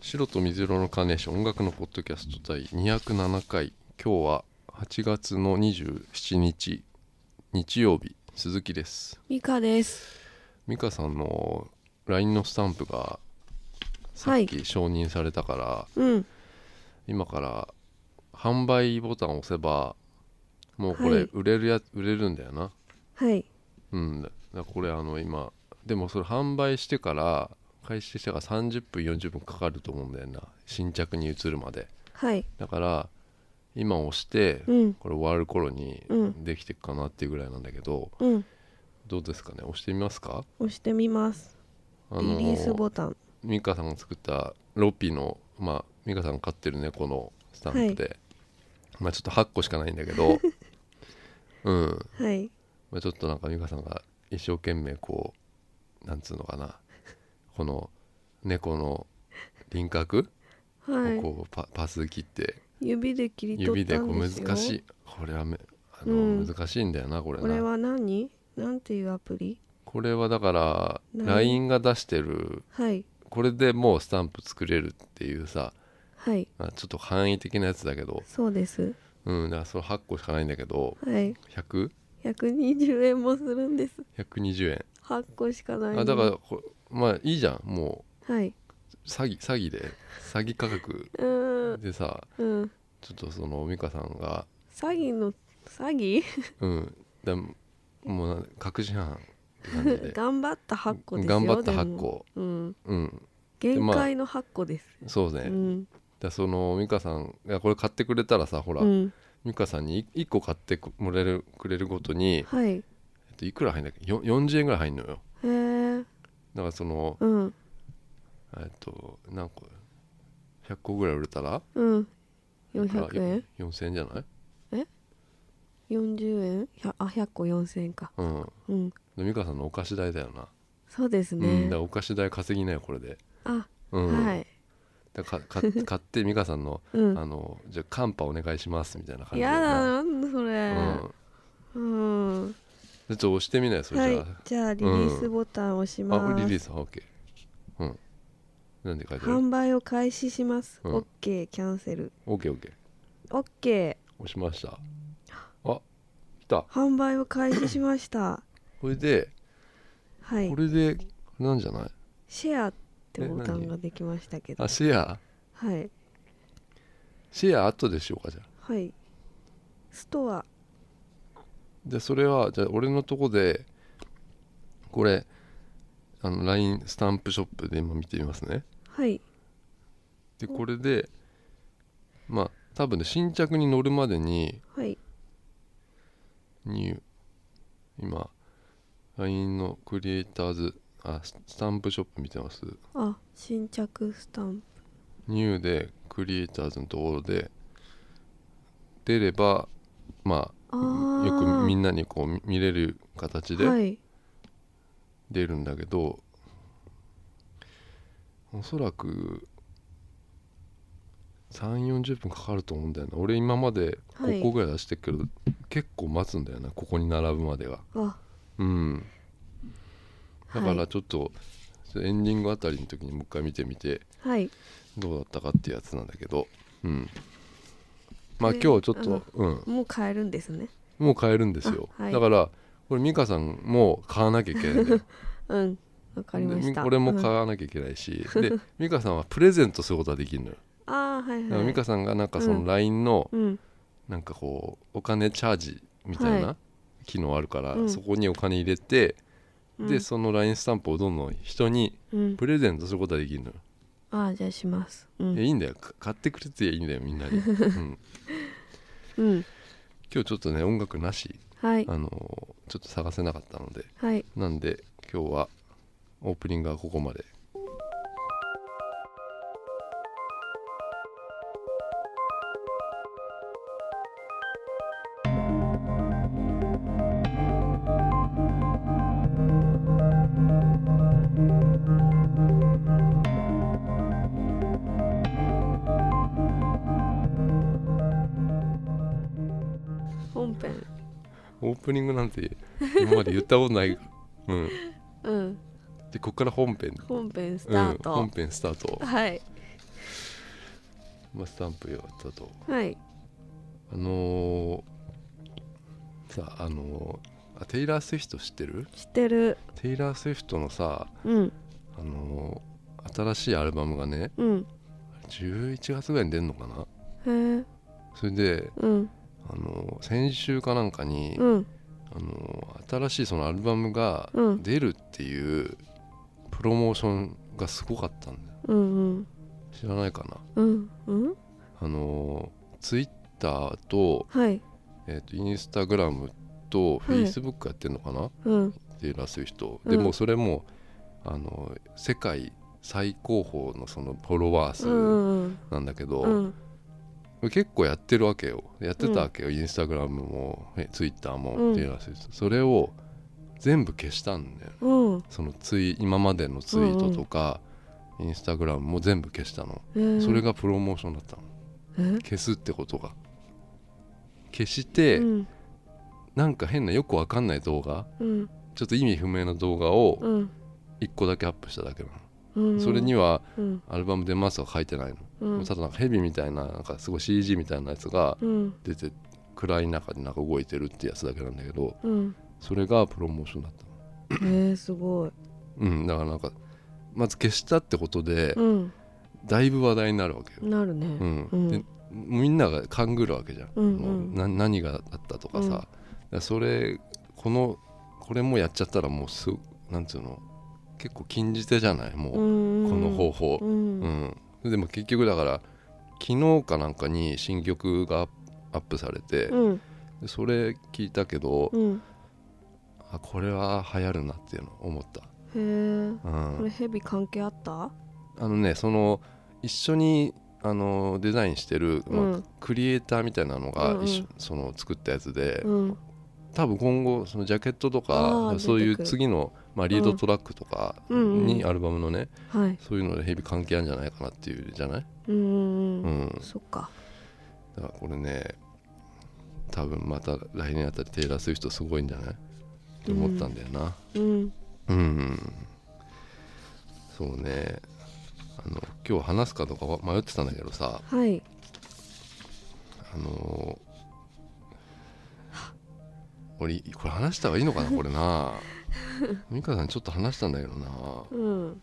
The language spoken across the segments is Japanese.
白と水色のカーネーション音楽のポッドキャスト第207回今日は8月の27日日曜日鈴木ですミカです。美香さんの LINE のスタンプがさっき承認されたから、うん。今から販売ボタンを押せばもうこはれい売れるや、売れるんだよなはい。うんだだこれあの今でもそれ販売してから開始してから30分40分かかると思うんだよな新着に移るまではい。だから今押してうん。これ終わる頃にうんできてくかなっていうぐらいなんだけどうん。どうですかね押してみますか押してみます。あリのリースボタン。ミカさんが作ったロッピーのまあミカさんが飼ってる猫のスタンプで、まあちょっと8個しかないんだけ どうんはい。まあ、ちょっとなんか美香さんが一生懸命こうなんつうのかなこの猫の輪郭をはこうパパス切ってい。指で切り取指ったでこうんで難すよ。しい。これはめあの、うん難しいんだよなこれなこれは何？なんていうアプリ？これはだからない LINE が出してるはい。これでもうスタンプ作れるっていうさはい。まあちょっと簡易的なやつだけどそうです。うんだからそれ8個しかないんだけどはい。 100? 百二十円もするんです。 120円八個しかないのに。あだからこまあいいじゃんもはい。う詐欺詐欺で詐欺価格うーん。でさうん。ちょっとその美香さんが詐欺の詐うんだもうな確信犯って感 じ欺？で頑張った八個ですよ。頑張ったでも8。個うん。うん限まあ界の八個です。そうね、うだかん。らその美香さんがこれ買ってくれたらさほら、うん。美香さんに1個買ってくもらえるくれるごとに、はい。へえっと、いくら入んだっけよ40円ぐらい入んのよえ。だからそのうん。えっと何個100個ぐらい売れたらうん。400円4000円じゃない40円ひゃあ100個4000円かうんうんで美香さんのお菓子代だよな、そうですうんだねからお菓子代稼ぎなよこれであうん、はいだから かか買って美香さんのうんあのじゃあカンパお願いしますみたいな感じやだななんだそれうんうんはでちょっと押してみなよそれじゃいじゃあリリースボタンを押しあ、あまリリーすスオッケーうんなんで書いてある販売を開始しますうん OK キャンセルオッケーオッケー OK 押しましたあ来た販売を開始しました これではいこれでなんじゃないシェアってえボタン何ができましたけどあシェアはいシェア後でしようかじゃあはいストアでそれはじゃあ俺のとこでこれあの LINE スタンプショップで今見てみますねはいでこれでまあ多分ね新着に乗るまでにはいに今 LINE のクリエイターズあススタンプショップ見てますあ新着スタンプニューでクリエイターズのところで出ればまああーよくみんなにこう見見れる形はでい出るんだけど、おそらく3 4 0分かかると思うんだよな俺今まではい5個ぐらい出してるけど、結構待つんだよなここに並ぶまでがあうんだかはらいちょっと、エンディングあたりの時にもう一回見てみてはいどうだったかってやつなんだけどうんまあこ今れ日ちょっあのと、うん、もう買えるんですねもう買えるんですよ、あはいだからこれ美香さんも買わなきゃいけないんだ ようんわかりましたで俺も買うん、あわなきゃいけない し、で美香さんはプレゼントすることができるのよあーはいだかはらい美香さんがなんかそのうん LINE のうんなんかこうお金チャージみたいはな機能あるから、うんそこにお金入れて、うんでその LINE スタンプをどんどん人にうんプレゼントすることができるのよ、ああじゃあしますういやんいいんだよか買ってくれていいんだよみんなに、 うん、うん今日ちょっとね音楽なしはいあのーちょっと探せなかったのではいなんで今日はオープニングはここまで本編オープニングなんて今まで言ったこと ないうんうんでここから本編本編スターうん、本ト、編スタートはいまあ、スタンプやったとはいあのーさあのーあテイラー・スウィフト知ってる知ってるテイラー・スウィフトのさうんあのー新しいアルバムがねうん11月ぐらいに出るのかなへえそれで、うんあのー先週かなんかに、うんあのー新しいそのアルバムがうん出るっていうプロモーションがすごかったんだようん知らないかなうんうんうんあのツイッター Twitter と,、はいえー、とインスタグラムとフはいェイスブックやってるのかな、うんテイラー・スウィフトうんでもうそれもあの世界最高峰のそのフォロワーう数んなんだけど、うん結構やってるわけよやってたわけよ、インスタグラムもえツイッターも、うんテイラー・スウィフトそれを全部消したんだようんそのツイ今までのツイートとか、インスタグラムも全部消したの、うんそれがプロモーションだったのえ消すってことが消して、うんなんか変なよくわかんない動画うんちょっと意味不明な動画をうん1個だけアップしただけなの、うんそれにはうんアルバム出ますとか書いてないの、うんただなんかヘビみたいななんかすごい CG みたいなやつがうん出て暗い中でなんか動いてるってやつだけなんだけどうんそれがプロモーションだったのえーすごいうんだからなんかまず消したってことでうんだいぶ話題になるわけよ、なるねうんうんでみんなが勘ぐるわけじゃん、うんうんもな何があったとかさ、うんだからそれこのこれもやっちゃったらもうすなんつうの結構禁じ手じゃないもう、うんこの方法う、うんんでも結局だから昨日かなんかに新曲がアップされて、うんでそれ聞いたけど、うんあこれは流行るなっていうの思っへえた、うこれん、ヘビ関係あったあのねその一緒にあのデザインしてる、まあうんクリエイターみたいなのが一緒、うんうんその作ったやつで、うん多分今後そのジャケットとあかーそういう出てくる次の、まあ、リードトラックとかうんうんにうんアルバムのねはいそういうのでヘビ関係あるんじゃないかなっていうじゃない、うんうんううんん、そっかだからこれね多分また来年あたりテイラー・スウィフトすごいんじゃないって思ったんだよなうんうん、そうねあの今日話すかどうか迷ってたんだけどさはいあのー俺これ話した方がいいのかなこれな美香さんにちょっと話したんだけどなうん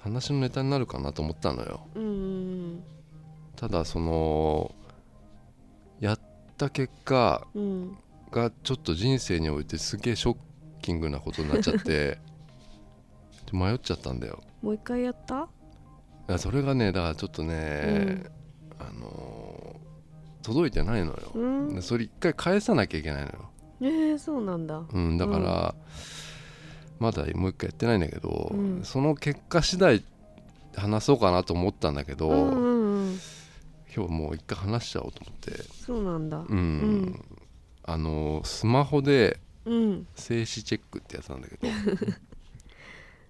話のネタになるかなと思ったのようんうんただそのやった結果うんがちょっと人生においてすげえショッキングなことになっちゃってで迷っちゃったんだよもう一回やっただからそれがねだからちょっとね、あのー届いてないのよ、うんでそれ一回返さなきゃいけないのよえーそうなんだうん、だから、まだもう一回やってないんだけど、うんその結果次第話そうかなと思ったんだけど、うんうんうん今日もう一回話しちゃおうと思って、そうなんだうんうんあのスマホでうん静止チェックってやつなんだけど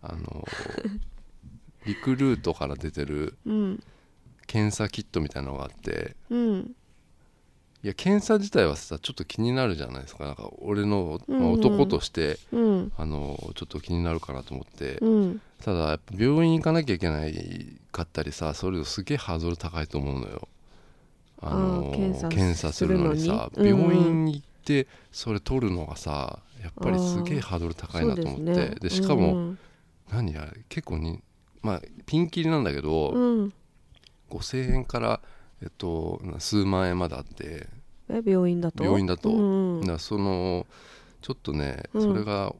あのリクルートから出てるうん検査キットみたいなのがあってうんいや検査自体はさちょっと気になるじゃないですかなんか俺の、まあうんうん男として、うんあのちょっと気になるかなと思って、うんただやっぱ病院行かなきゃいけないかったりさそれすげえハードル高いと思うのよあのあー検査検査するのにさするのにうんうん病院行ってそれ取るのがさやっぱりすげえハードル高いなと思ってそうで,、すしねかも、うん何あれ結構にまあピンキリなんだけど、うん5,000円からえっと数万円まであってえ病院だと病院だとうんうだんからそのちょっとね、うんそれが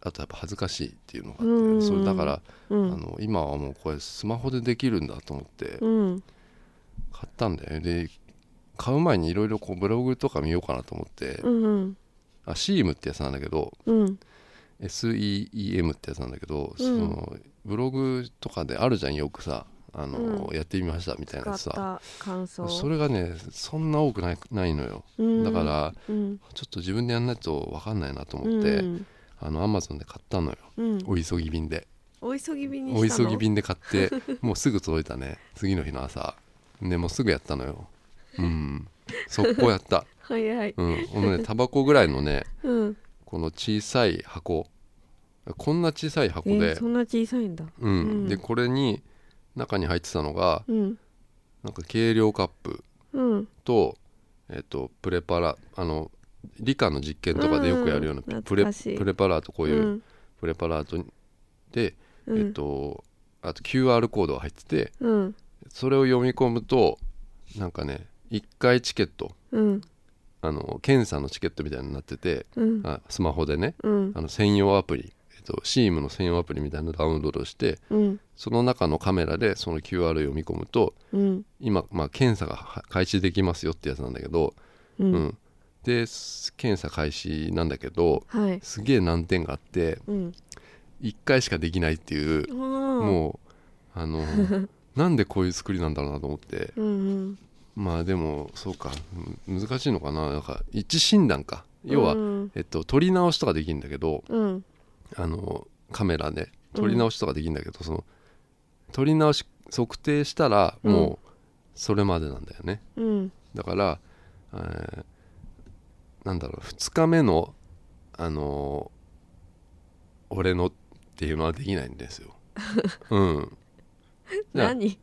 あとやっぱ恥ずかしいっていうのがあって、うんうんそれだからあうんの今はもうこれスマホでできるんだと思ってうん買ったんだよねで買う前にいろいろこうブログとか見ようかなと思ってうんうんあ SEEM ってやつなんだけどうん SEEM ってやつなんだけど、うそんのブログとかであるじゃんよくさあの、うやってみましたみたいな使やっつさた感想それがねそんな多くないないのよ、うんだからうんちょっと自分でやんないと分かんないなと思って、うんあの Amazon で買ったのようんお急ぎ便でお急ぎ便におした急のぎ便で買って もうすぐ届いたね次の日の朝でもうすぐやったのようん速攻やった早いうんこのねタバコぐらいのねうんこの小さい箱こんな小さいえ箱ーでそんな小さいんだうん、うんでこれに中に入ってたのがうんなんか軽量カップうんと,、えっとプレパラあの理科の実験とかでよくやるようなうんうんプレ懐かしいプレパラートこういううんプレパラートで、うんえっとあと QR コードが入っててうんそれを読み込むとなんかね1回チケットうんあの検査のチケットみたいになっててうんあスマホでねうんあの専用アプリ、えっと、SIEM の専用アプリみたいなのダウンロードしてうんその中のカメラでその QR を読み込むとうん今、まあ、検査がは開始できますよってやつなんだけど、ううんんです検査開始なんだけどはいすげえ難点があってうん1回しかできないっていうももう あのなんでこういう作りなんだろうなと思ってうんうんまあでもそうかうん難しいのかななんか一診断か要は、うんえっと、撮り直しとかできるんだけどうんあのカメラで撮り直しとかできるんだけど、その撮り直し測定したらうんもうそれまでなんだよね、うんだから、えーなんだろう2日目のあのー俺のっていうのはできないん ですようんじゃあ何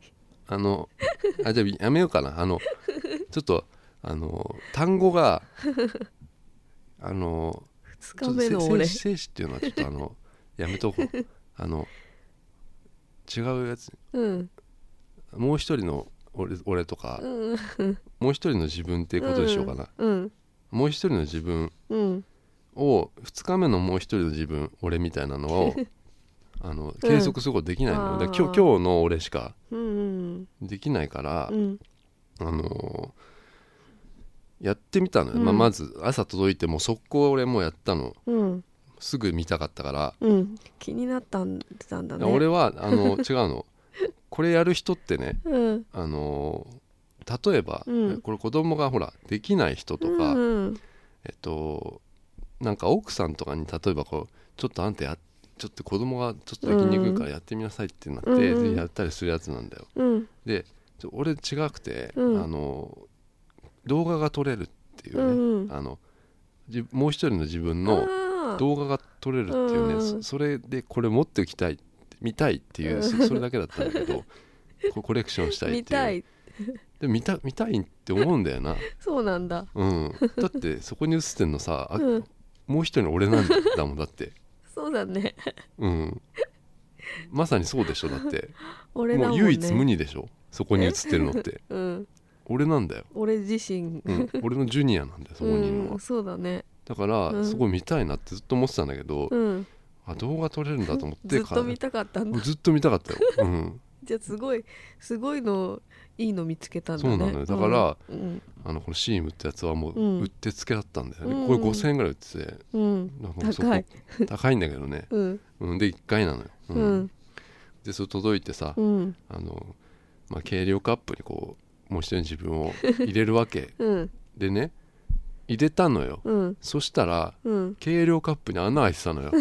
あのあじゃあやめようかなあのちょっとあの単語があの二ちょ日っとせ目の俺せ精子っていうのはちょっとあのやめとこうあの違うやつうんもう一人の俺俺とか、うんもう一人の自分っていうことにしようかな、うんもう一人の自分うんを2日目のもう一人の自分俺みたいなの をあの計測することできないの、あーだから今日今日の俺しかうんできないからう、んあのーやってみたのよ、うんまあ、まず朝届いてもう速攻俺もうやったのうんすぐ見たかったから、うん気になったんだんだね俺はあの違うのこれやる人ってねうんあのー例えば、うんこれ子供がほらできない人とか、うんえっとなんか奥さんとかに例えばこうちょっとあんたやちょっと子供がちょっとできにくいからやってみなさいってなって、うんでやったりするやつなんだようんでちょ俺違くて、うんあの動画が撮れるっていうね、うんあのじもう一人の自分のの動画が撮れるっていうね、うんそそれでこれ持っておきたい見たいっていう、そそれだけだったんだけ どこコレクションしたいっていう見たいで見た見たいって思うんだよな、そうなんだうん、だってそこに映ってんのさ、あうんもう一人の俺なんだもんだって、そうだねうん、まさにそうでしょだって俺もだもんうね唯一無二でしょそこに映ってるのってうん俺なんだよ、俺自身うん、俺のジュニアなんだよそこにいるのは、うんそうだねだから、うんすごい見たいなってずっと思ってたんだけど、うんあ動画撮れるんだと思ってずっと見たかったんだずっと見たかったよ、うん、じゃあすごいすごいのいいの見つけたんだねそうなのよだからうんあのこのシームってやつはもううんうってつけだったんだよね、うんこれ5000円ぐらい売っててうんなんかそこ高い高いんだけどね、うんうん、で1回なのよ、ううんんでそれ届いてさ、うんあの、まあ、軽量カップにこうもう一人の自分を入れるわ けうんでね入れたのよ、うんそしたらうん軽量カップに穴開いて たのよ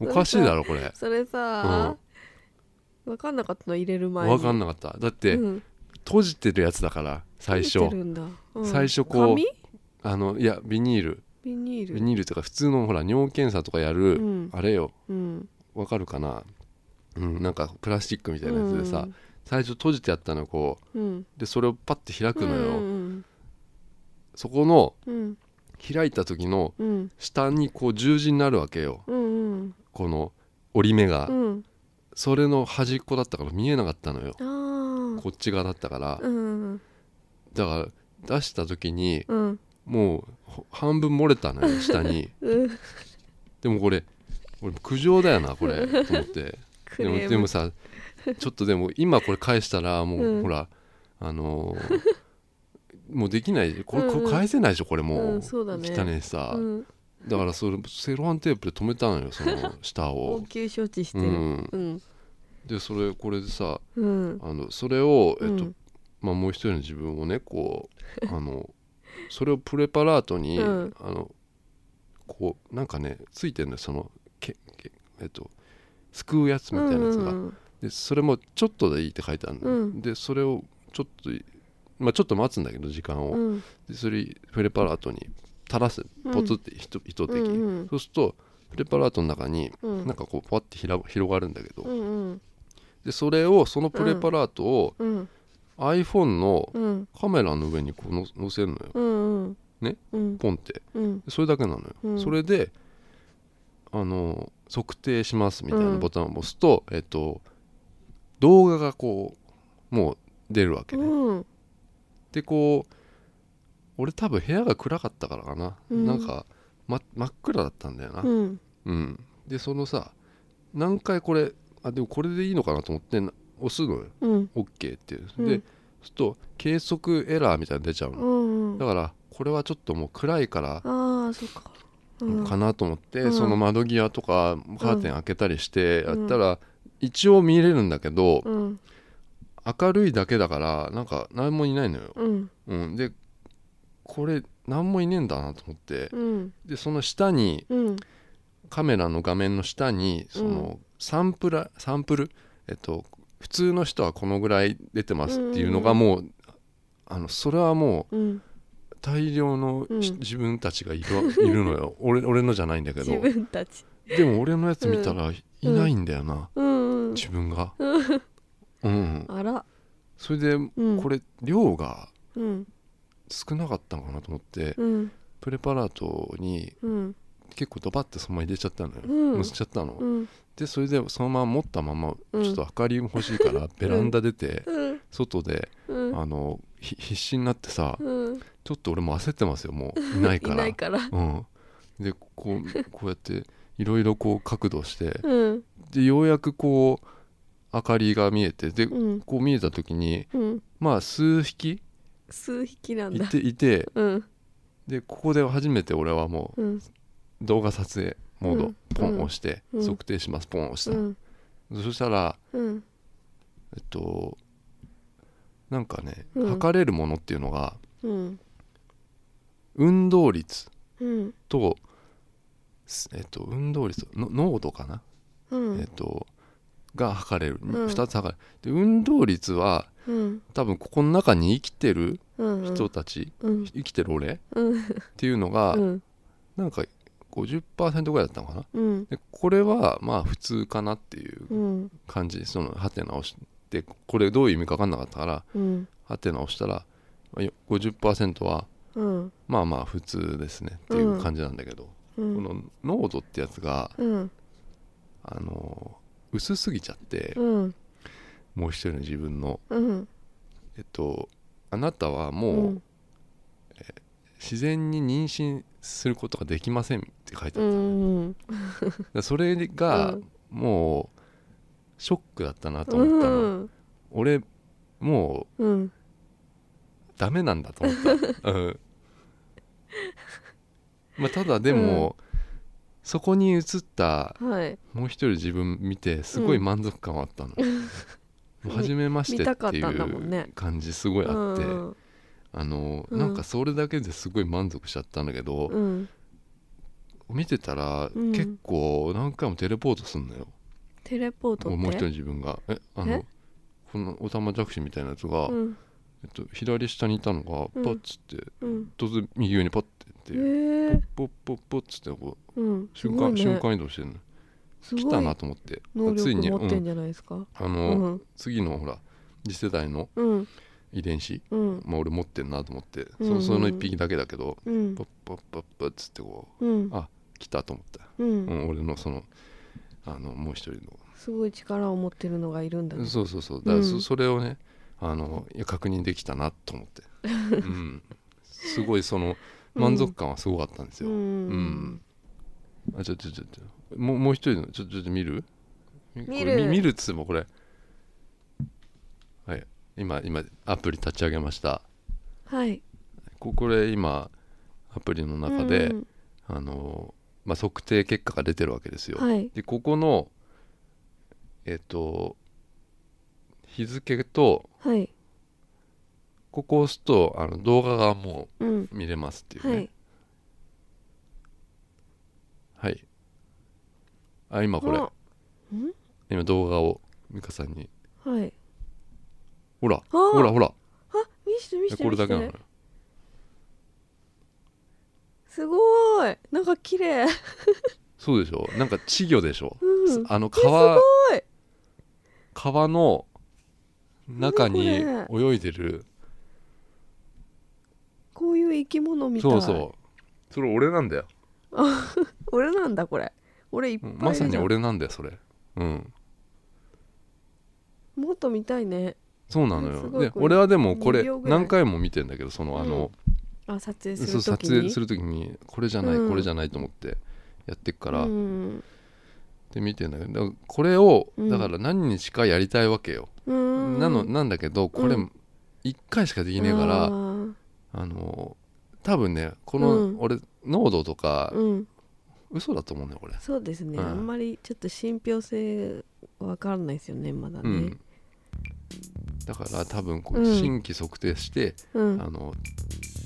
おかしいだろこれそれさ、分かんなかったの入れる前に分かんなかっただって、うん閉じてるやつだから最初入れてるんだうん最初こう紙あのいやビニールビニールビニールとか普通のほら尿検査とかやる、うんあれようんわかるかなうんなんかプラスチックみたいなやつでさ、最初閉じてやったのこうんうんうでそれをパッて開くのよ、うんそこのうん開いた時のうん下にこう十字になるわけようんうんこの折り目が、うんそれの端っこだったから見えなかったのよ、あこっち側だったからあ、うんだから出した時にうんもうほ半分漏れたのよ下にうんでもこれ俺苦情だよなこれと思って でクレーもムでもさちょっとでも今これ返したらもう、うんほらあのーもうできないこれこうんれうん返せないでしょこれもうんそうだね汚ねえしさ、うんだからそれセロハンテープで止めたのよそ の下応を。急処置してうるん、うんでそれこれでさうんあのそれを、えっとうんまあ、もう一人の自分をねこ うあのそれをプレパラートに、うんあのこうなんかねついてるのよそのけけえっとすくうやつみたいなやつが、うんでそれも「ちょっとでいい」って書いてあるの、うんでそれをちょっと、まあ、ちょっと待つんだけど時間を、うんでそれプレパラートに垂らすうんポツってひと一滴、うんうんそうするとプレパラートの中にうんなんかこうパッてひら広がるんだけど、うんうんでそれをそのプレパラートをうん iPhone のうんカメラの上にこうの載せるのようんうんねうんポンってうんそれだけなのよ、うんそれであの測定しますみたいなうんボタンを押すと、えっと動画がこうもう出るわけね、うんでこう俺多分部屋が暗かったからかな、うんなんか、ま、真っ暗だったんだよなう、んうん、でそのさ何回これあでもこれでいいのかなと思ってな押すのようん OK っていう、うんでそうすると計測エラーみたいなの出ちゃううの、んうだんからこれはちょっともう暗いからああそっかうんかなと思って、うんその窓際とかカーテン開けたりしてやうんったら、一応見れるんだけど、うん明るいだけだからなんか何もいないのよ、うんうん、でこれ何もいねえんだなと思ってうんでその下にうんカメラの画面の下にそのサンプラサンプルえっと普通の人はこのぐらい出てますっていうのがうんもう、あのそれはもうんう大量のし、うん自分たちがい るわいるのよ俺俺のじゃないんだけ自ど分たちでも俺のやつ見たらいうんないんだよな、うんうん自分がうんあらそれでうんこれ量がうん少なかったのかなと思ってうんプレパラートにうん結構ドバッてそのまま入れちゃったのよ、うん乗せちゃったの、うんでそれでそのまま持ったままちうんょっと明かりも欲しいからベランダ出てうん外でうんあのひ必死になってさうんちょっと俺も焦ってますよもういないいからないからうん、でこうこうやっていろいろこう角度してうんでようやくこう明かりが見えてでうんこう見えた時にうんまあ数匹数匹なんいだていてうんでここで初めて俺はもうんう動画撮影モーうドんポン押してうん測定しますポン押しうたんそしたらうんえっとなんかね、うん測れるものっていうのがうん運動率うんと、すえっと、運動率の濃度かな、うんえっとが測れる、ん2つ測れるで運動率はうん多分ここの中に生きてるうん人たち、うん生きてる俺っうんていうのが、うんなんか50%ぐらいだったのかなうんでこれはまあ普通かなっていううん感じそのハテナをしてこれどういう意味か分かんなかったからうんハテナを押したらまあよ50%はうんまあまあ普通ですねっていう感じなんだけど、うんこの濃度ってやつが、うんあのー薄すぎちゃって、うんもう一人の自分のうんえっとあなたはもう、うん自然に妊娠することができませんって書いてあった、だうんからそれが、うんもうショックだったなと思ったの、俺もううんダメなんだと思 った、うんまあ、ただでも、そこに映ったはいもう一人自分見てすごい満足感はあったの、もう初めまして見たっかっていたんだもんねう感じすごいあって、うんあのうんなんかそれだけですごい満足しちゃったんだけど、うん見てたらうん結構何回もテレポートすんのよ、テレポートってもう一人自分がえあのえこのおたまじゃくしみたいなやつが、うんえっと、左下にいたのがうんパッつって、うん突然右上にパッてって、へえポッポッポッつってこううん瞬間、すごいね瞬間移動してるのす来ごたいなと思って能つい力に、持ってうんんじゃないですかあうの、ん次のほら次世代のうん遺伝子、うんまあ、俺持ってんなと思って、うんそのその1匹だけだけど、うんパッパッパッパッつってこうんう来たと思った、うんうん、俺のそのあのもう一人すごい力を持ってるのがいるんだのねそうそうそうだからそ,、うんそれをねあのいや確認できたなと思って、うん、すごいその満足感はすごかったんですよ、うんあちょちょちょちょもうもう一人のちょちょちょ見る見見る見るっつってもこれはい今今アプリ立ち上げましたはいここれ今アプリの中で、うんあのまあ、測定結果が出てるわけですよ、はいでここのえっ、と日付とはいここを押すとあの動画がもうんう見れますっていうはねいはい、あ今これあん今動画を美香さんにはいほらあーほらほらあ見して見してこれだけなの見よしてすごいなんか綺麗そうでしょなんか稚魚でしょ、うんあの川い川の中に何こ泳いでるこういう生き物みたいそうそうそれ俺なんだよ俺なんだこれ俺いっぱいいるじゃんまさに俺なんだよそれうんもっと見たいねそうなのすよごいでこれ俺はでもこれ二秒ぐらい何回も見てんだけどそのあの、あ撮影すそうるとき撮に影する時にこれじゃない、うんこれじゃないと思ってやってっから、うんで見てんだけどだからこれをうんだから何日かやりたいわけよ、うんなのなんだけどこれうん1回しかできねえから、あーあの多分ねこうのん俺濃度とかうん嘘だと思うねこれ、そうですね、うんあんまりちょっと信憑性わかんないですよねまだうねん、だから多分こううん新規測定して、うんあの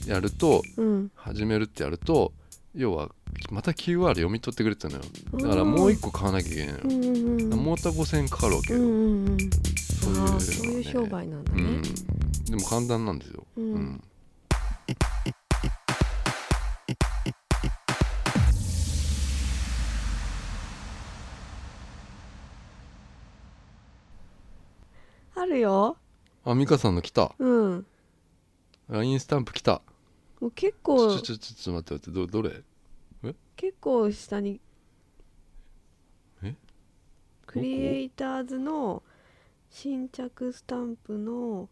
やるとうん始めるってやると要はまた QR 読み取ってくれてたのようんだからもう一個買わなきゃいけないのよ、うんうんうんモーター5000円かかるわけうよ、んうんうんそういうのあはあねそういう商売なんだうねん、でも簡単なんですよ、うんうんあるよあ美香さんの来たうん LINE スタンプ来たもう結ち構ょちょちょちょ待って待ってどどれ結構下にえクリエイターズの新着スタンプの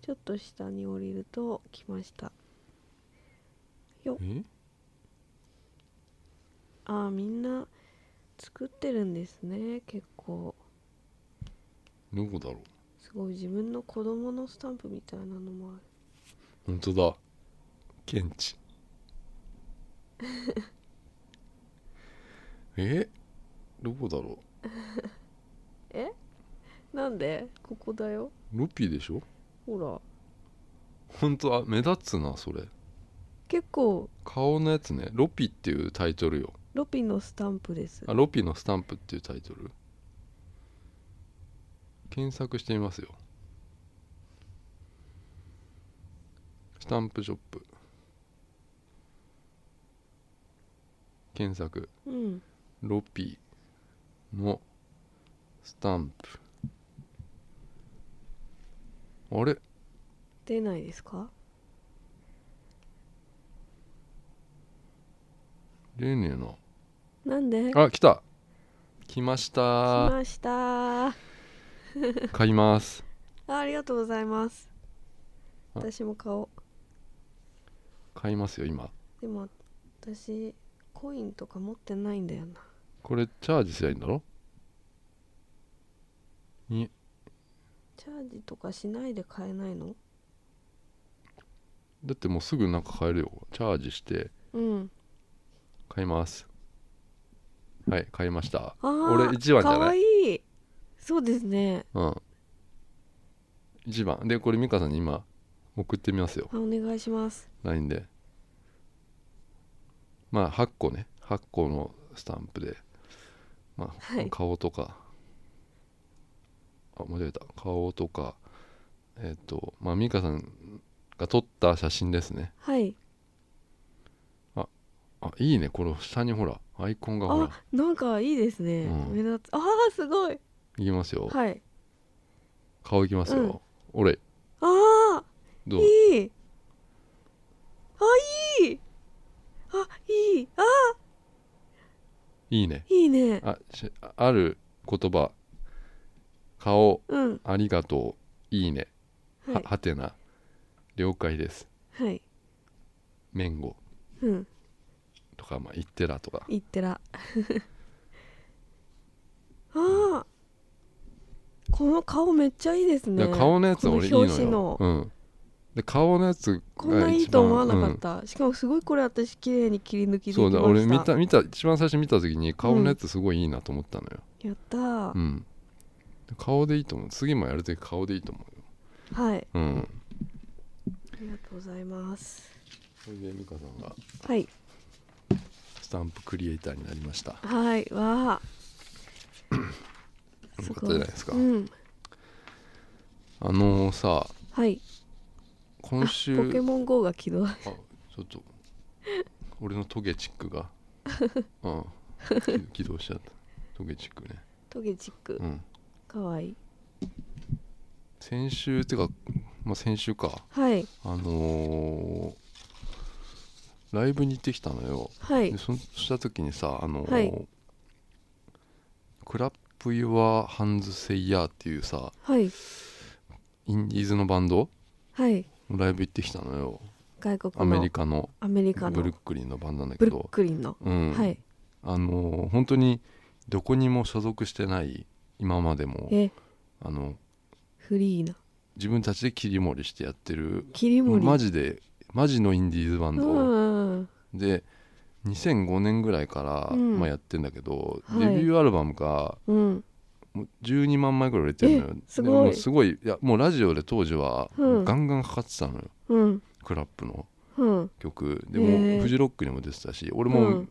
ちょっと下に降りると来ましたえああみんな作ってるんですね結構どこだろうすごい自分の子供のスタンプみたいなのもある本当だケン チえどこだろなんでここだようルピーでしょほら本当あ目立つなそれ結構顔のやつねロピっていうタイトルよロピのスタンプですあロピのスタンプっていうタイトル検索してみますよスタンプショップ検索うんロピのスタンプあれ出ないですか出ねなんでえ来なあ来た来ましたましたー買いますあありがとうございますあ私も買おう買いますよ今でも私コインとか持ってないんだよなこれチャージすりゃいいんだろチャージとかしないで買えないのだってもうすぐなんか買えるよチャージしてうん買いますはい買いましたああ俺一番じゃないかわいいそうですねうん1番でこれ美香さんに今送ってみますよあお願いします LINE でまあ8個ね8個のスタンプで、まあはい顔とかあ間違えた顔とかえっ、とまあ美香さんが撮った写真ですねはいあいいねこの下にほらアイコンがほらあなんかいいですね、うん目立つああすごいいきますよ、はい顔いきますよ、うん俺ああどういいあいいあいいあいいねいいねあしある言葉顔うんありがとういいねははいはてな了解ですはいメンゴうんとか、まあ、イッテラとかいってら ああこの顔めっちゃいいですねだから顔のやつは俺いいこのの表紙よの、うん、で顔のやつが一番こんないいと思わなかった、しかもすごいこれ私綺麗に切り抜きうんできまそうしただ俺見た見た一番最初見た時に顔のやつすごいいいなと思ったのよ、やったーうんで顔でいいと思う次もやる時顔でいいと思うよはいうんありがとうございますそれで美香さんがはいスタンプクリエイターになりましたよはいわあかったじゃないですか、うんあのーさはいあ今週ポケモン GO が起動あちょっと俺のトゲチック がうん起動しちゃったトゲチックねトゲチックうんかわいい先週ってか、まあ、先週かはいあのーライブに行ってきたのよはいでそした時にさあのーはいクラップ・ユア・ハンズ・セイヤーっていうさはいインディーズのバンドはいのライブ行ってきたのよ外国のアメリカのアメリカのブルックリンのバンドなんだけブルッど、クリンの、うんはいあのー本当にどこにも所属してない今までもえあのフリーな自分たちで切り盛りしてやってる切り盛りマジでマジのインディーズバンうド、んで2005年ぐらいから、うんまあ、やってんだけど、はいデビューアルバムがうんもう12万枚ぐらい売れてるのよえすごいでもうすごいいやもうラジオで当時はうんガンガンかかってたのよ、うんクラップのうん曲でへーもうフジロックにも出てたし俺うもん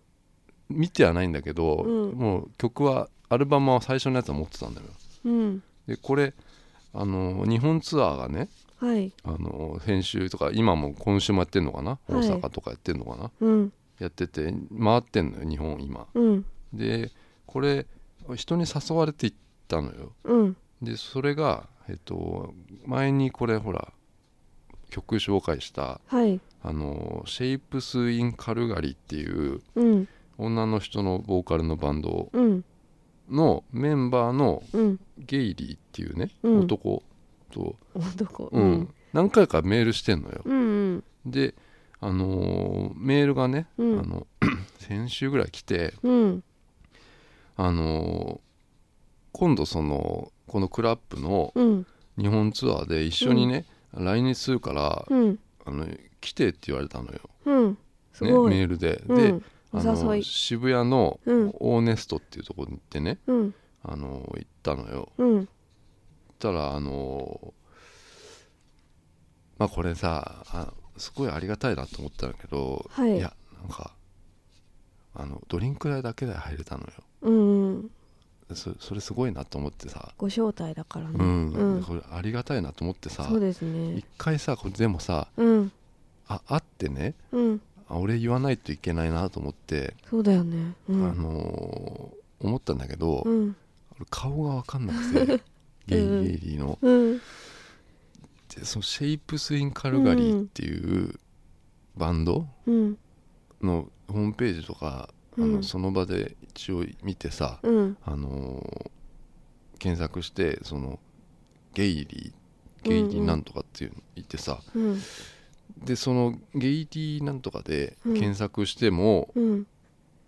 見てはないんだけど、うんもう曲はアルバムは最初のやつは持ってたんだようんでこれあの日本ツアーがねはいあの先週とか今も今週もやってんのかな、はい大阪とかやってんのかなうんやってて回ってんのよ日本今うんでこれ人に誘われて行ったのようんでそれがえっと前にこれほら曲紹介したはいあのシェイプス・イン・カルガリっていううん女の人のボーカルのバンドうんのメンバーのうんゲイリーっていうね、うん男と、男うん何回かメールしてんのよ、うんうんであのーメールがね、うんあの 先週ぐらい来てうんあのー今度そのこのクラップのうん日本ツアーで一緒にね、来日するから、うんあの来てって言われたのよ、うんすね、ごい、メールで、うでんあおの誘い渋谷のうんオーネストっていうところに行ってね、うんあの行ったのようん行ったらあのまあこれさあすごいありがたいなと思ったんだけど、はいやなんかあのドリンク代だけで入れたのようんうんそそれすごいなと思ってさご招待だからねうん、うんこれありがたいなと思ってさそうで一すね回さこれでもさうんあ会ってねうんあ俺言わないといけないなと思って、そうだよねうあんのー思ったんだけど、うん俺顔が分かんなく てゲイうんゲイリーの、うんでそのシェイプス・イン・カルガリーっていうバンドうんのホームページとか、あうのんその場で一応見てさ、うんあのー検索してそのゲイリーゲイリーなんとかっていうの言ってさ、うんでそのゲイリーなんとかでうん検索しても、うん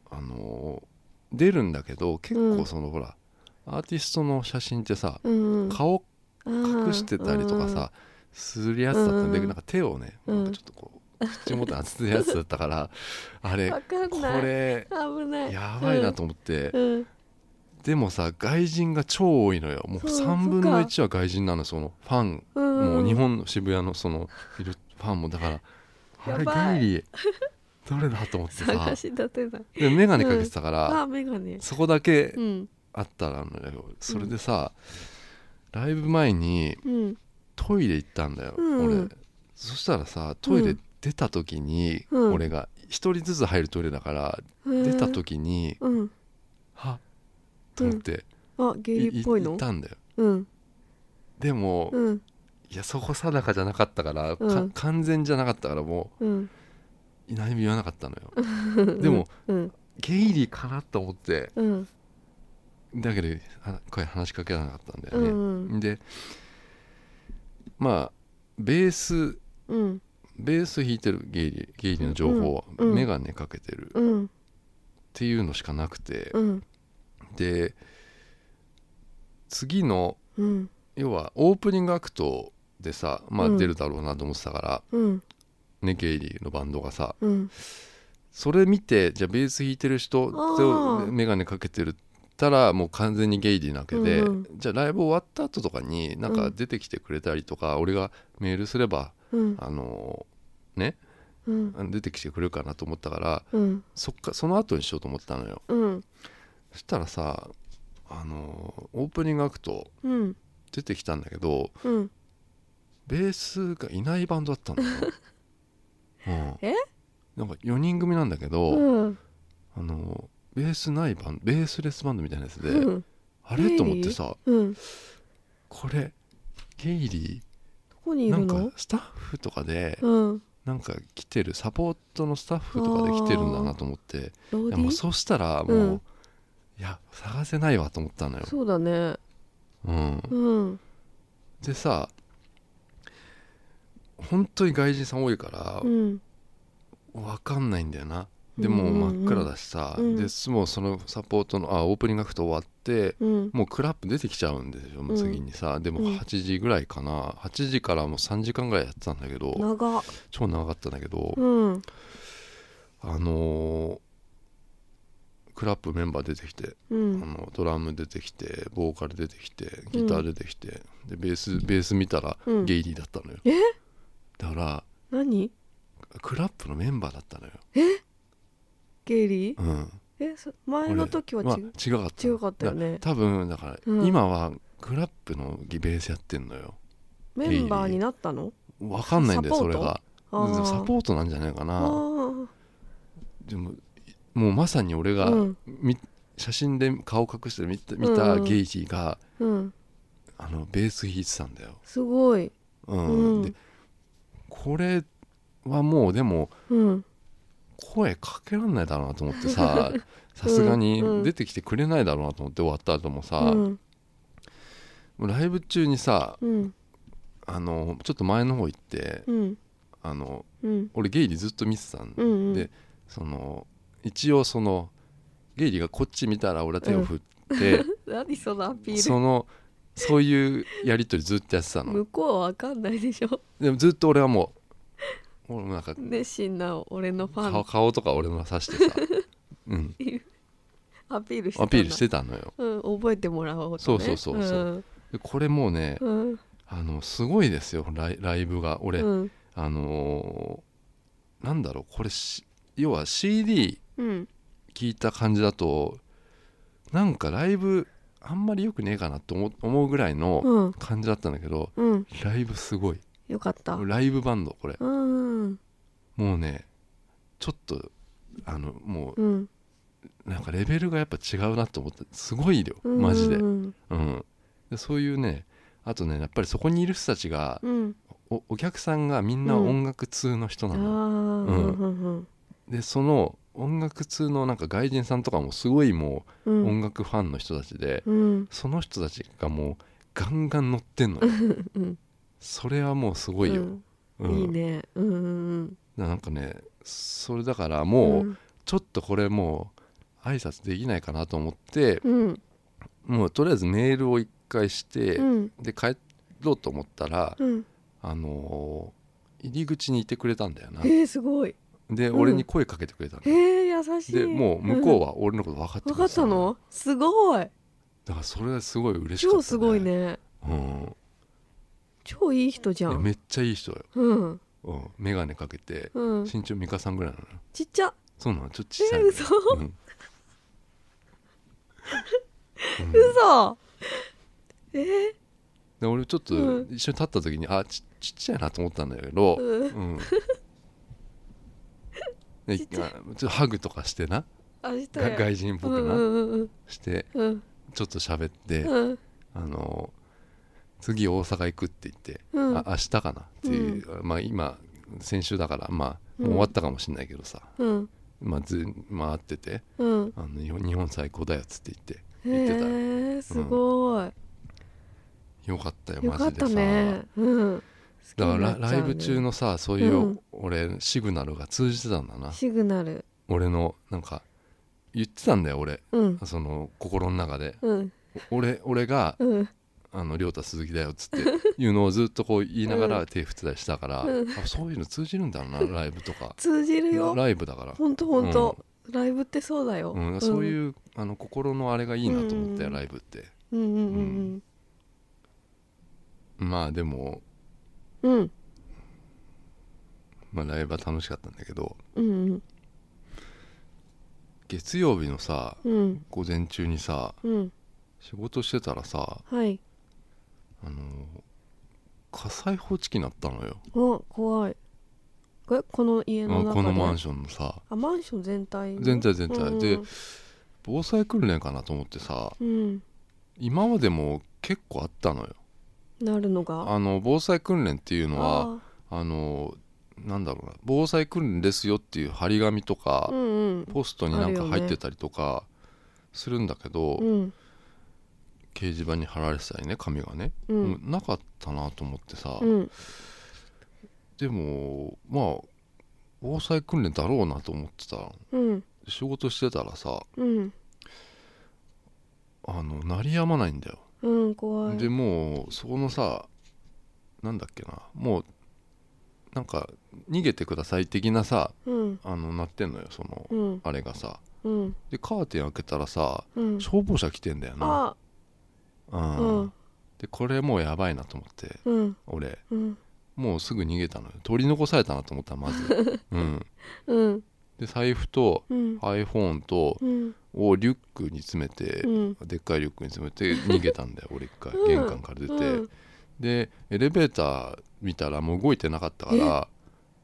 あのー出るんだけど結構その、ほらアーティストの写真ってさうん顔隠隠してたりとかさするやつだったんで、うんなんか手をね、うんなんかちょっとこう口元に当ててるやつだったから あれわかんこないれ危ないやばいなと思って、うんうんでもさ外人が超多いのよもうそう3分の1は外人なのそのファン、うんもう日本の渋谷のそのいるファンもだからあやばいれゲイリーどれだと思ってさ探し立てないで眼鏡かけてたから、あメガネそこだけうんあったらのよそれでさ、ライブ前にうんトイレ行ったんだよ、うんうん俺そしたらさトイレ出た時に、うん俺が一人ずつ入るトイレだから、出た時にうんはっと思って、あゲいイっぽい行のったんだようんでも、うんいやそこ定かじゃなかったから、かうん完全じゃなかったからもうんう何も言わなかったのよでもうんゲイリーかなと思ってうんだけどあ声話しかけられなかったんだようね、んでまあベースうんベース弾いてるゲイリーゲイリーの情報、うんうんメガネかけてるっうんていうのしかなくて、うんで次のうん要はオープニングアクトでさまうあん出るだろうなと思ってたから、うんねゲイリーのバンドがさうんそれ見てじゃあベース弾いてる人あとーメガネかけてるたらもう完全にゲイリーなわけで、うんじゃあライブ終わった後とかになんうかん出てきてくれたりとか、俺がメールすればうんあのーねうん出てきてくれるかなと思ったからうんそっかその後にしようと思ってたのようんそしたらさあのーオープニングアクトうん出てきたんだけどうんベースがいないバンドだったん だよ、うん、えなんか4人組なんだけど、うんあのーベースないバンベースレスバンドみたいなやつで、うんあれと思ってさうんこれケイリどこにいーなるんのかスタッフとかでうんなんか来てるサポートのスタッフとかで来てるんだなと思ってロいーデやィもうーそうしたらもう、うんいや探せないわと思ったのよ、そうだねうん、うんでさ本当に外人さん多いからうん分かんないんだよなでもう真っ暗だしさ、うんでもうそのサポートのあオープニングアクト終わってうんもうクラップ出てきちゃうんですよもう次にさ、でもうん8時ぐらいかな8時からもう3時間ぐらいやってたんだけど、長っ超長かったんだけど、うんあのークラップメンバー出てきて、あうんのドラム出てきてボーカル出てきてギター出てきて、でベースベース見たらうんゲイリーだったのよ、えだから何クラップのメンバーだったのよ、ゲイリーうん、えそ前の時は違俺うまあ違かった違かったよねだから多分だから、うん今はクラップのベースやってんのよメンバーになったのわかんないんだよサそポれートがあーサポートなんじゃないかあなーでももうまさに俺が、うんみ写真で顔隠して見た見うたんうんゲイジが、うんあのベース弾いてたんだよ、すごいうんうんでこれはもうでもうん声かけらんないだろうなと思って ささすがうんうにん出てきてくれないだろうなと思って終わった後もさ、うんもうライブ中にさうんあのちょっと前の方行ってうんあのうん俺ゲイリーずっと見てたんで、うんうんその一応そのゲイリーがこっち見たら俺は手を振 って、何そのアピーそのそういうやり取りずっとやってたルの向こうは分かんないでしょでもずっと俺はもう俺もなんか熱心な俺のファ顔ン顔とか俺もさ してさ、うん、アピールしてたんだアピールしてたのようん、覚えてもらおうと、ね、そうそうそうそでこれもうねうんうんあのすごいですよライライブが俺、うんあのーなんだろうこれし要は CD うん聞いた感じだとなんかライブあんまりよくねえかなって思う思うぐらいのうん感じだったんだけど、うんライブすごいよかったうんライブバンドこれうんもうねちょっとあのもうんうなんかレベルがやっぱ違うなと思ってすごいようんマジで,、ううんんでそういうねあとねやっぱりそこにいる人たちがうんおお客さんがみんな音楽通の人ああなーの、うんうんでその音楽通のなんか外人さんとかもすごいもううん音楽ファンの人たちで、うんその人たちがもうガンガン乗ってんのようんそれはもうすごいよ、ううんんいいねうんうんなんかねそれだからうんもうちょっとこれもう挨拶できないかなと思って、うんもうとりあえずメールを一回して、うんで帰ろうと思ったら、うんあのー入り口にいてくれたんだよなえー、すごいでうん俺に声かけてくれたの、えー、優しいでもう向こうは俺のこと分かって分くかれってたのすごいだからそれはすごい嬉しかった、超すごい、ねうん、超いい人じゃいやんめっちゃいい人よ、うんうん、眼鏡かけてうん身長美香さんぐらいなのよちっちゃそうなのちょっと小さえい、嘘うんうん嘘えーで俺ちょっとうん一緒に立った時に、あちちっちゃいなと思ったんだけど、ううんんでちっちゃあいちょっとハグとかしてなあしたがよ外人っぽうんくな、うんしてうんちょっと喋って、うんあの次大阪行くって言って、うんあ明日かなっていう、まあ今先週だからまあもう終わったかもしれないけどさ、うんまあ、ず回っててうんあの日本日本最高だよっつって言ってへ言ってたよえすごいよかったよよマかっジでたさ、ねうんだからラライブ中ののさそういう、うん俺シグナルが通じてたんだなシグナル俺のなんか言ってたんだよ俺うんその心の中でうん俺俺がうん「あの亮太鈴木だよ」っ つっていうのをずっとこう言いながうら手振ってたりしたから、うんあそういうの通じるんだろうなライブとか通じるよライブだから、ほんとほんとライブってそうだようん、そうういうあの心のあれがいいなと思ったよ、うんライブってうんうんうんまあでも、うんうんまあ、ライブは楽しかったんだけどうん月曜日のさうん午前中にさうん仕事してたらさはいあの火災報知器になったのよお怖いえこの家のうんこ中のでマンションのさあマンション全体ね全体全体うんで防災訓練かなと思ってさうん今までも結構あったのよなるのがあの防災訓練っていうのはああのなんだろうな防災訓練ですよっていう張り紙とかー、うんうんポストになんかあるよね入ってたりとかするんだけど、うん掲示板に貼られてたりね紙がね、ううんんなかったなと思ってさ、うんでもまあ防災訓練だろうなと思ってたのうん仕事してたらさうんあの鳴りやまないんだよ、うん怖いでもうそこのさなんだっけなもうなんか逃げてください的なさうんあの鳴ってんのよその、うんあれがさうんでカーテン開けたらさうん消防車来てんだよなあうんうんでこれもうやばいなと思ってうん俺うんもうすぐ逃げたのよ取り残されたなと思ったま ず、うん、うんで財布とうん iPhone とうんをリュックに詰めて、うんでっかいリュックに詰めて逃げたんだよ俺一回玄関から出て、うんでエレベーター見たらもう動いてなかったから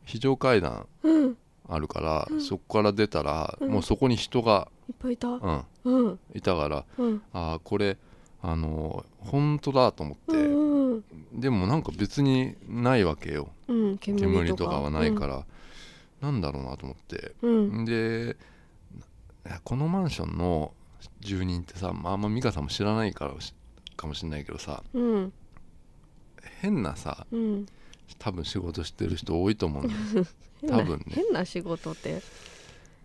非常階段うんあるから、うんそこから出たら、うんもうそこに人が、いっぱいいたううん、んいたからうんああこれあのー本当だと思って、うんうんでもなんか別にないわけようん煙とかはないからら、なんだろうなと思ってうんでこのマンションの住人ってさ、まあ、あんま美香さんも知らないからしかもしれないけどさうん変なさうん多分仕事してる人多いと思うんだよ変な多分ね変な仕事って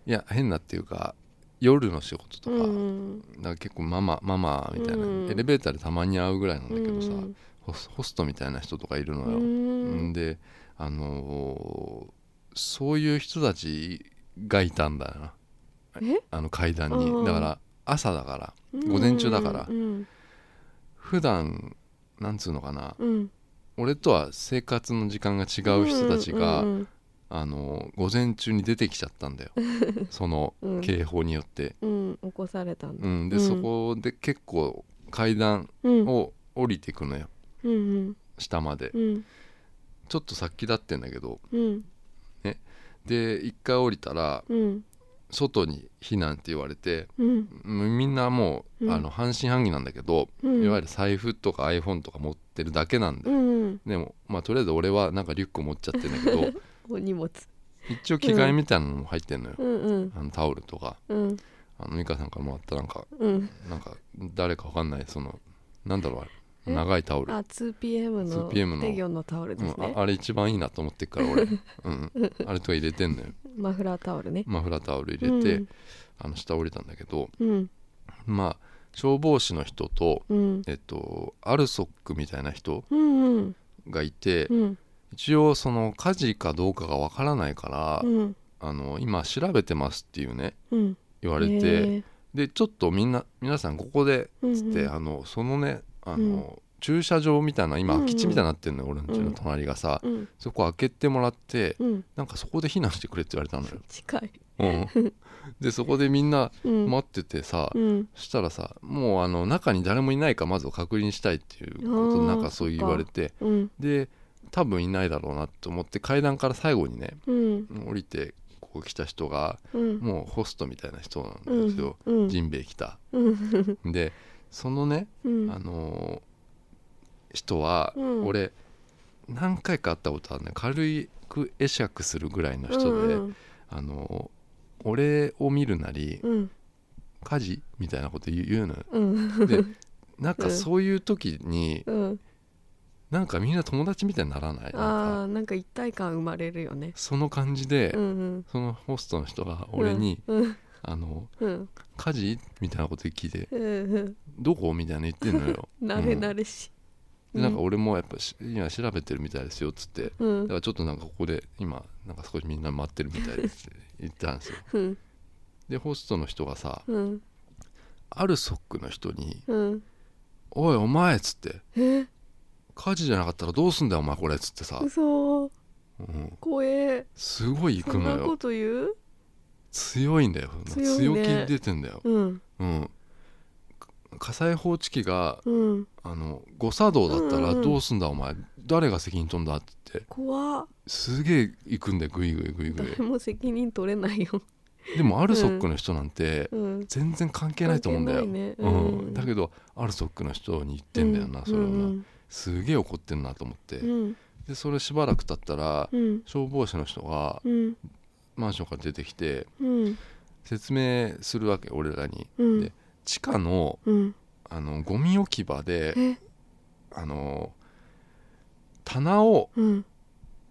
いや変なっていうか夜の仕事とうか,、んだから結構ママママみたいな、うんエレベーターでたまに会うぐらいなんだけどさ、うんホスホストみたいな人とかいるうのよ、んであのーそういう人たちがいたんだよなえあの階段あーにだから朝だからうん午前中だからうん普段なんつうのかなうん俺とは生活の時間が違う人たちが、うんあのー午前中に出てきちゃったん だよそのうん警報によって、うん起こされたんうだん、で、うんそこで結構階段うんを降りていくのようんうん下までうんちょっと先立ってんだけどうんで一回降りたらうん外に避難って言われてうんうんみんなもう、うんあの半信半疑なんだけど、うんいわゆる財布とか iPhone とか持ってるだけなんで、うんでもまあとりあえず俺はなんかリュック持っちゃってんだけ どお荷物一応着替えみたいなのも入ってんのよ、うんうんあのタオルとかうんあの美香さんからもらったなんかうんなんか誰かわかんないそのなんだろうあれえ長いタオル、あ 2PM の 2PM の手業のタオルうでんすねああれ一番いいなと思ってっから 俺、うん、あれとか入れてんのよマフラータオルねマフラータオル入れて、うんあの下降りたんだけどうんまあ消防士の人とうんえっとアルソックみたいな人うんうんがいて、うん一応その火事かどうかがわからないから、うんあの今調べてますっていうねうん言われて、へでちょっとみんな皆さんここでえっつって、うんうんあのそのねあの、うん駐車場みたいな今うんうん空き地みたいになってんのよ、俺の家の隣がさ、うんそこ開けてもらってうんなんかそこで避難してくれって言われたの近いよ、うん、 でそこでみんなうん待っててさ、うんそしたらさもうあの中に誰もいないかまずは確認したいっていうことあでーなんかそう言われてうんで多分いないだろうなと思って階段から最後にねうん降りてこう来た人がうんもうホストみたいな人なんですよ、うんジンベエ来たうんでそのね、うんあのー人はうん俺何回か会ったことあるね軽く会釈するぐらいの人で、うんあのー俺を見るなりうん火事みたいなこと言う言うの ようんでなんうかんそういう時にうんなんかみんな友達みたいにならないなんあかーなんか一体感生まれるよねその感じで、うんうんそのホストの人が俺にうん「あのうん火事?」みたいなこと聞いてうんうん。「どこ?」みたいな言ってんのよ慣れうん慣れしいでなんか俺もやっぱし今調べてるみたいですよっつってだうんからちょっとなんかここで今なんか少しみんな待ってるみたいですって言ったんですようんでホストの人がさうんあるソックの人にうん「おいお前」っつってえ「火事じゃなかったらどうすんだよお前これ」っつってさ、嘘うん、怖えすごい行そくんのなこよと言う強いんだよ強い強ね気出てんだよ、うんうん、火災報知器がうんあの誤作動だったうらんうんどうすんだお前誰が責任飛んだって言って怖っすげえ行くんだよグイグイグイグ誰も責任取れないよイでもアルソックの人なんてうん全然関係ないと思うんだよ、関係ないねうんうんだけどアルソックの人に言ってんだよな、それをな、うんすげえ怒ってんなと思って、うんでそれしばらく経ったら、うん消防士の人がうんマンションから出てきてうん説明するわけ俺らに、うんで地下のうんあのゴミ置き場でえあの棚をうん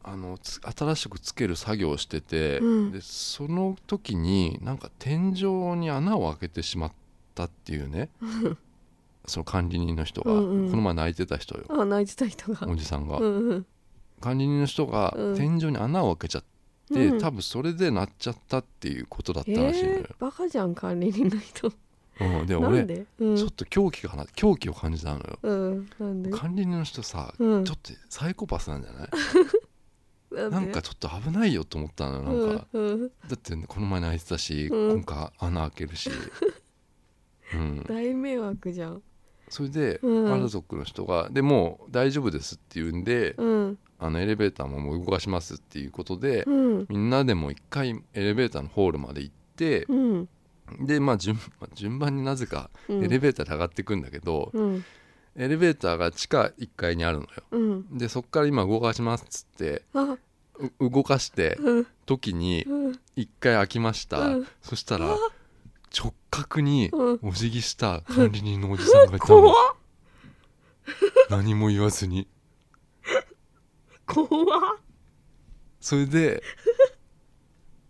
あのつ新しくつける作業をしてて、うんでその時になんか天井に穴を開けてしまったっていう ねその管理人の人が、うんうんこの前泣いてた人よあ泣いてた人がおじさんが、うんうん管理人の人がうん天井に穴を開けちゃって、うん多分それで鳴っちゃったっていうことだったえらしいのよー、バカじゃん管理人の人うん、でな俺んでうんちょっと狂気かな狂気を感じたのようんなんで管理人の人さ、うんちょっとサイコパスなんじゃないななんかちょっと危ないよと思ったのよなんか、うんうん、だってこの前泣いてたし、うん今回穴開ける し、うん、大迷惑じゃんそれで、うんアラ族の人が「でもう大丈夫です」って言うんで、うんあのエレベーターももう動かしますっていうことで、うんみんなでもう一回エレベーターのホールまで行ってう、んでまあ順まあ順番になぜかうんエレベーターで上がっていくんだけど、うんエレベーターが地下1階にあるのようんでそっから今動かしますっつってあう動かしてうん時にうん1回開きました、うんそしたら直角にうんお辞儀した管理人のおじさんがいたの怖っ何も言わずに怖っそれで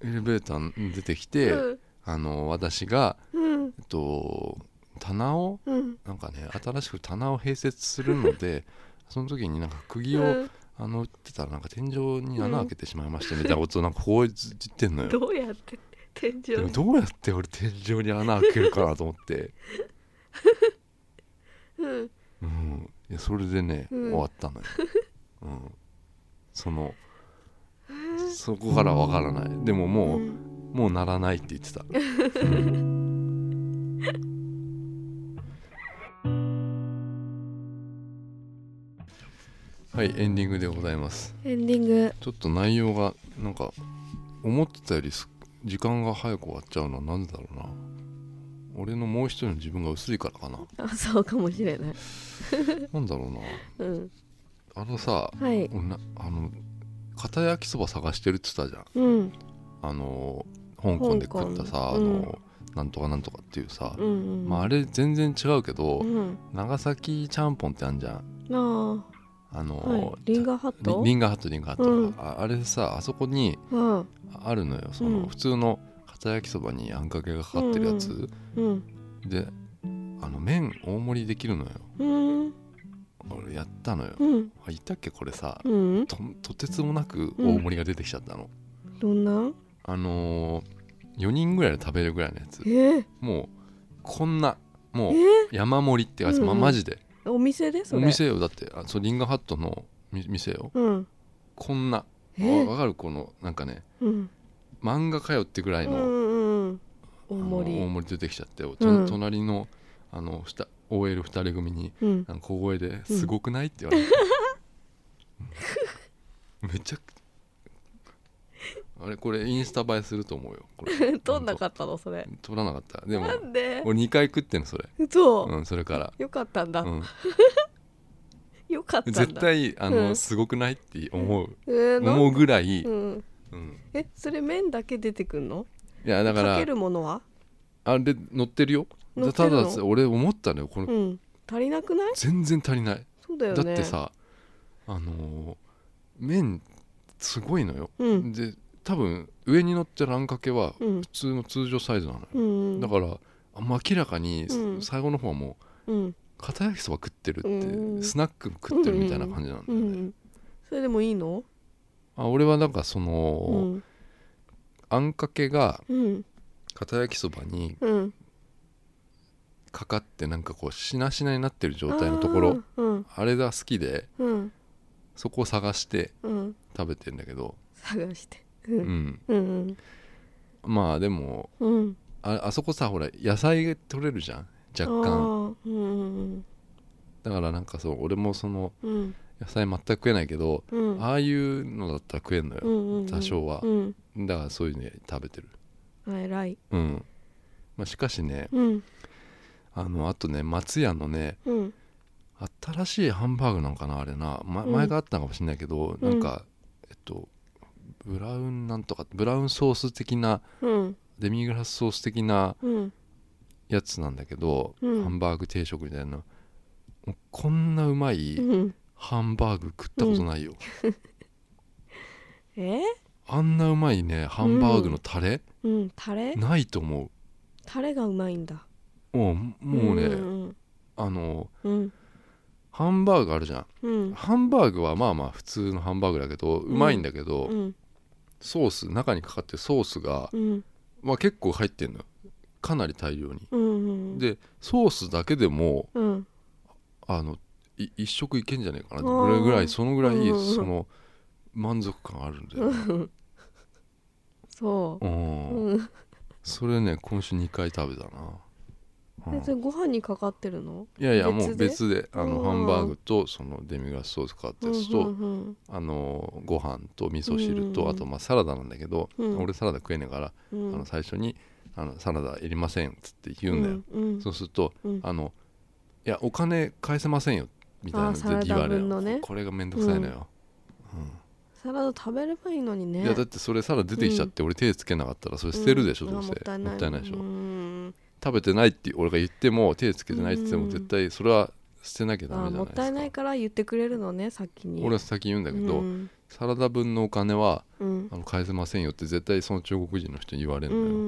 エレベーターに出てきて、うんあの私が、うんえっと、棚をうんなんかね新しく棚を併設するの でその時になんか釘を、うんあの打ってたらなんか天井に穴開けてしまいましたみたいなことをなんかこう言ってんのよ。どうやって天でも井どうやって俺天井に穴開けるかなと思って、うんうん、いやそれでね、うん終わった のよ、うん、そのそこからわからないでももう、うんもうならないって言ってた、うんはいエンディングでございますエンディングちょっと内容がなんか思ってたよりす時間が早く終わっちゃうのはなんでだろうな俺のもう一人の自分が薄いからかなあそうかもしれないなんだろうなうんあのさはい俺なあの片焼きそば探してるって言ったじゃんうんあの香港で食った香さ、港うんあのなんとかなんとかっていうさ、うんうんまあ、あれ全然違うけど、うん長崎ちゃんぽんってあんじゃんあああの、はいリンガーハッリトリンガーハットリンガーハット、うんああれさあそこにうんあるのよその、うん普通の片焼きそばにあんかけがかかってるやつ、うんであの麺大盛りできるのようん俺やったのよ、うんあ言ったっけこれさ、うんととてつもなく大盛りが出てきちゃったの、どんなあのー、4人ぐらいで食べるぐらいのやつえー、もうこんなもうえ山盛りってやつ、まうんうんマジでー、お店でそおれ店よだってあそうリンガーハットのみ店ようんこんなえわー、わかるこのなんかねうん漫画かよってぐらいうんの,、うんうん大あの盛大り盛り出てきちゃってとうん隣のあの下 OL2 人組にうんなんか小声で「うんすごくない?」って言われて、うんめちゃくあれこれインスタ映えすると思うよこ れ撮んなかったのそれ撮らなかったでもなんで 俺2回食ってんのそれ嘘、うんそれからよかったんだ、うんよかったんだ絶対あうのんすごくないって思うえー、なん思うぐらいうん、うんえそれ麺だけ出てくんのいやだかからけるものはあれ乗ってるよ乗ってたるのだ俺思ったのよこれうん足りなくない全然足りないそうだよだねってさあのー麺すごいのようんで多分上に乗ってるあんかけはうん普通の通常サイズなのようんだからあもう明らかにうん最後の方はもううん片焼きそば食ってるうっんてスナック食ってるみたいな感じなんだうよねんそれでもいいのあ俺はなんかそうのんあんかけがうん片焼きそばにうんかかってなんかこうしなしなになってる状態のところあーうんあれが好きでうんそこを探してうん食べてんだけど探してううんんうんまあでもうんうんああそこさほら野菜が取れるじゃん若干干うんうんだからなんかそう俺もそのうん野菜全く食えないけどうんああいうのだったら食えんのうんようんうん多少はうんだからそういうの食べてるあ偉いうんまあしかしねうんあのあとね松屋のねうん新しいハンバーグなんかなあれな、まうん前があったのかもしれないけど、うんなんかえっとブラウンなんとかブラウンソース的なうんデミグラスソース的なうんやつなんだけど、うんハンバーグ定食みたいなもうこんなうまいうんハンバーグ食ったことないよ、えあんなうまいねハンバーグのタレ、うんタレないと思タレがうまいんだうもうもうね、うんあのうんハンバーグあるじゃんうんハンバーグはまあまあ普通のハンバーグだけどうまいんだけど、うんソース中にかかってるソースが、うんまあ、結構入ってんのよかなり大量に、うんでソースだけでもうんあのい一食いけんじゃねえかなあーこれぐらいそのぐらいうんうんうんその満足感あるんだよね、そうう、んうん、それね今週2回食べたな、うんえそれご飯にかかってるのいやいやもう別別であのうんハンバーグとそのデミグラスソースかかったやつと、うんうんあのご飯と味噌汁と、うんあとまあサラダなんだけど、うん俺サラダ食えねえから、うんうんあの最初にあの「サラダいりません」っつって言うんだよ、うんうんそうするとう「んあのいやお金返せませんよ」みたいなあーサラダ言われる分のねこれがめんどくさいのよ、サラダ食べればいいのにうねんいやだってそれサラダ出てきちゃって、俺手つけなかったらそれ捨てるでしょ、んどうせあもったいないもったいないでしょ、うん食べてないって俺が言っても手つけてないって言ってうもん絶対それは捨てなきゃダメあじゃもないっですかたいないから言ってくれるのね先に俺は先言うんだけど、うんサラダ分のお金はうんあの返せませんよって絶対その中国人の人に言われるうんだよ、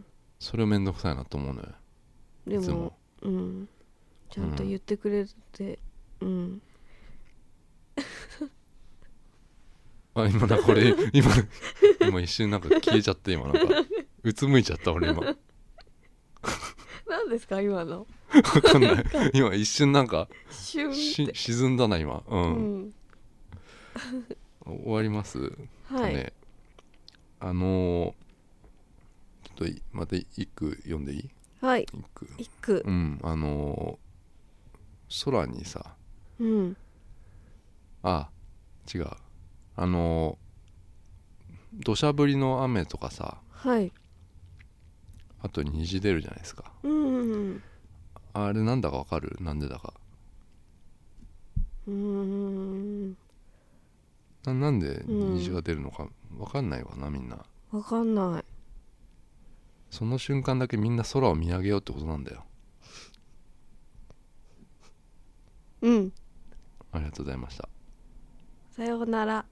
んそれはめんどくさいなと思うのよでいつももうんちゃんと言ってくれてうんあ今なんか俺今今一瞬なんか消えちゃって今なんかうつむいちゃった俺今わ何ですか今のかんない今一瞬なんかシュンっして沈んだな今う、うんん終わりますかはいねあのーちょっといまた一句読んでいいはい一句一句うんあのー空にさうんあ違うあのー土砂降りの雨とかさはいあと虹出るじゃないですかうんうんあれなんだかわかるなんでだかうんうんななんで虹が出るのかわかんないわなみんなわかんないその瞬間だけみんな空を見上げようってことなんだようんありがとうございましたさようなら